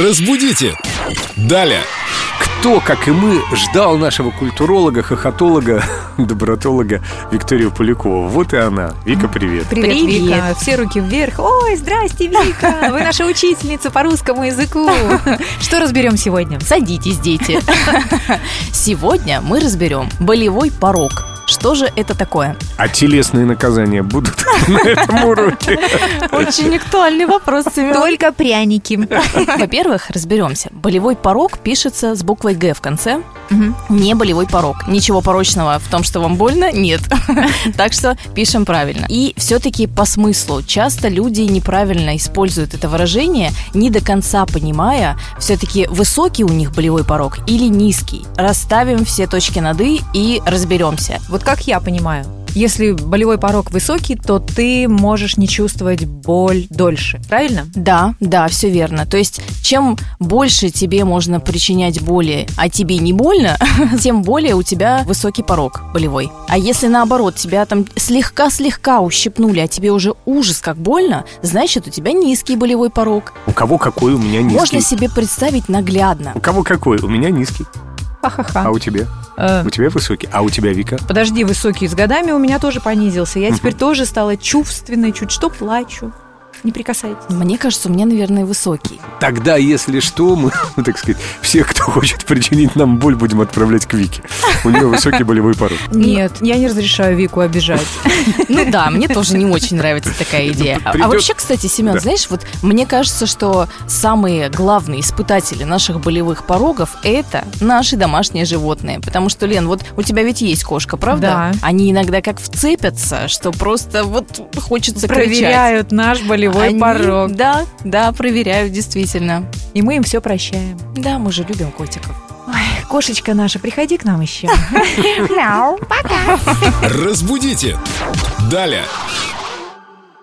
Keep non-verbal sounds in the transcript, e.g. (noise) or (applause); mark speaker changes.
Speaker 1: Разбудите! Далее!
Speaker 2: Кто, как и мы, ждал нашего культуролога, хохотолога, (laughs) добротолога Викторию Полякову? Вот и она. Вика, привет.
Speaker 3: Привет,
Speaker 4: Привет.
Speaker 3: Вика. Все руки вверх. Ой, здрасте, (laughs) Вика. Вы наша учительница по русскому (laughs) языку. Что разберем сегодня?
Speaker 4: Садитесь, дети. (laughs) Сегодня мы разберем болевой порог. Что же это такое?
Speaker 2: А телесные наказания будут (laughs) на этом уроке?
Speaker 4: Очень актуальный вопрос,
Speaker 3: Только пряники.
Speaker 4: (laughs) Во-первых, разберемся. Болевой порог пишется с буквой «Г» в конце.
Speaker 3: Мгм.
Speaker 4: Не болевой порог. Ничего порочного в том, что вам больно, нет. (laughs) Так что пишем правильно. И все-таки по смыслу. Часто люди неправильно используют это выражение, не до конца понимая, все-таки высокий у них болевой порог или низкий. Расставим все точки над «и» и разберемся.
Speaker 3: Вот как я понимаю, если болевой порог высокий, то ты можешь не чувствовать боль дольше, правильно?
Speaker 4: Да, да, все верно. То есть, чем больше тебе можно причинять боли, а тебе не больно, (laughs) тем более у тебя высокий порог болевой. А если наоборот, тебя там слегка-слегка ущипнули, а тебе уже ужас как больно, значит, у тебя низкий болевой порог.
Speaker 2: У кого какой, у меня
Speaker 4: Можно
Speaker 2: низкий.
Speaker 4: себе представить наглядно.
Speaker 2: У кого какой, у меня низкий. А
Speaker 3: Ха-ха-ха.
Speaker 2: у тебя?
Speaker 3: Э,
Speaker 2: У тебя высокий. А у тебя, Вика?
Speaker 3: Подожди, высокий с годами у меня тоже понизился. Я теперь тоже стала чувственной, чуть что плачу. Не прикасайтесь.
Speaker 4: Мне кажется, у меня, наверное, высокий.
Speaker 2: Тогда, если что, мы, (laughs) ну, так сказать, всех, кто хочет причинить нам боль, будем отправлять к Вике. У нее высокий болевой порог.
Speaker 3: Нет, я не разрешаю Вику (laughs) обижать.
Speaker 4: Ну да, мне тоже не очень нравится такая идея. А- А
Speaker 2: Придет-
Speaker 4: вообще, кстати, Семен,
Speaker 2: Да.
Speaker 4: знаешь, вот мне кажется, что самые главные испытатели наших болевых порогов это наши домашние животные. Потому что, Лен, вот у тебя ведь есть кошка, правда?
Speaker 3: Да.
Speaker 4: Они иногда как вцепятся, что просто вот хочется кричать.
Speaker 3: Проверяют наш болевой
Speaker 4: Они-
Speaker 3: порог.
Speaker 4: Да, да, проверяют, действительно.
Speaker 3: И мы им все прощаем.
Speaker 4: Да, мы же любим котиков.
Speaker 3: Кошечка наша, приходи к нам еще.
Speaker 1: Разбудите! Далее!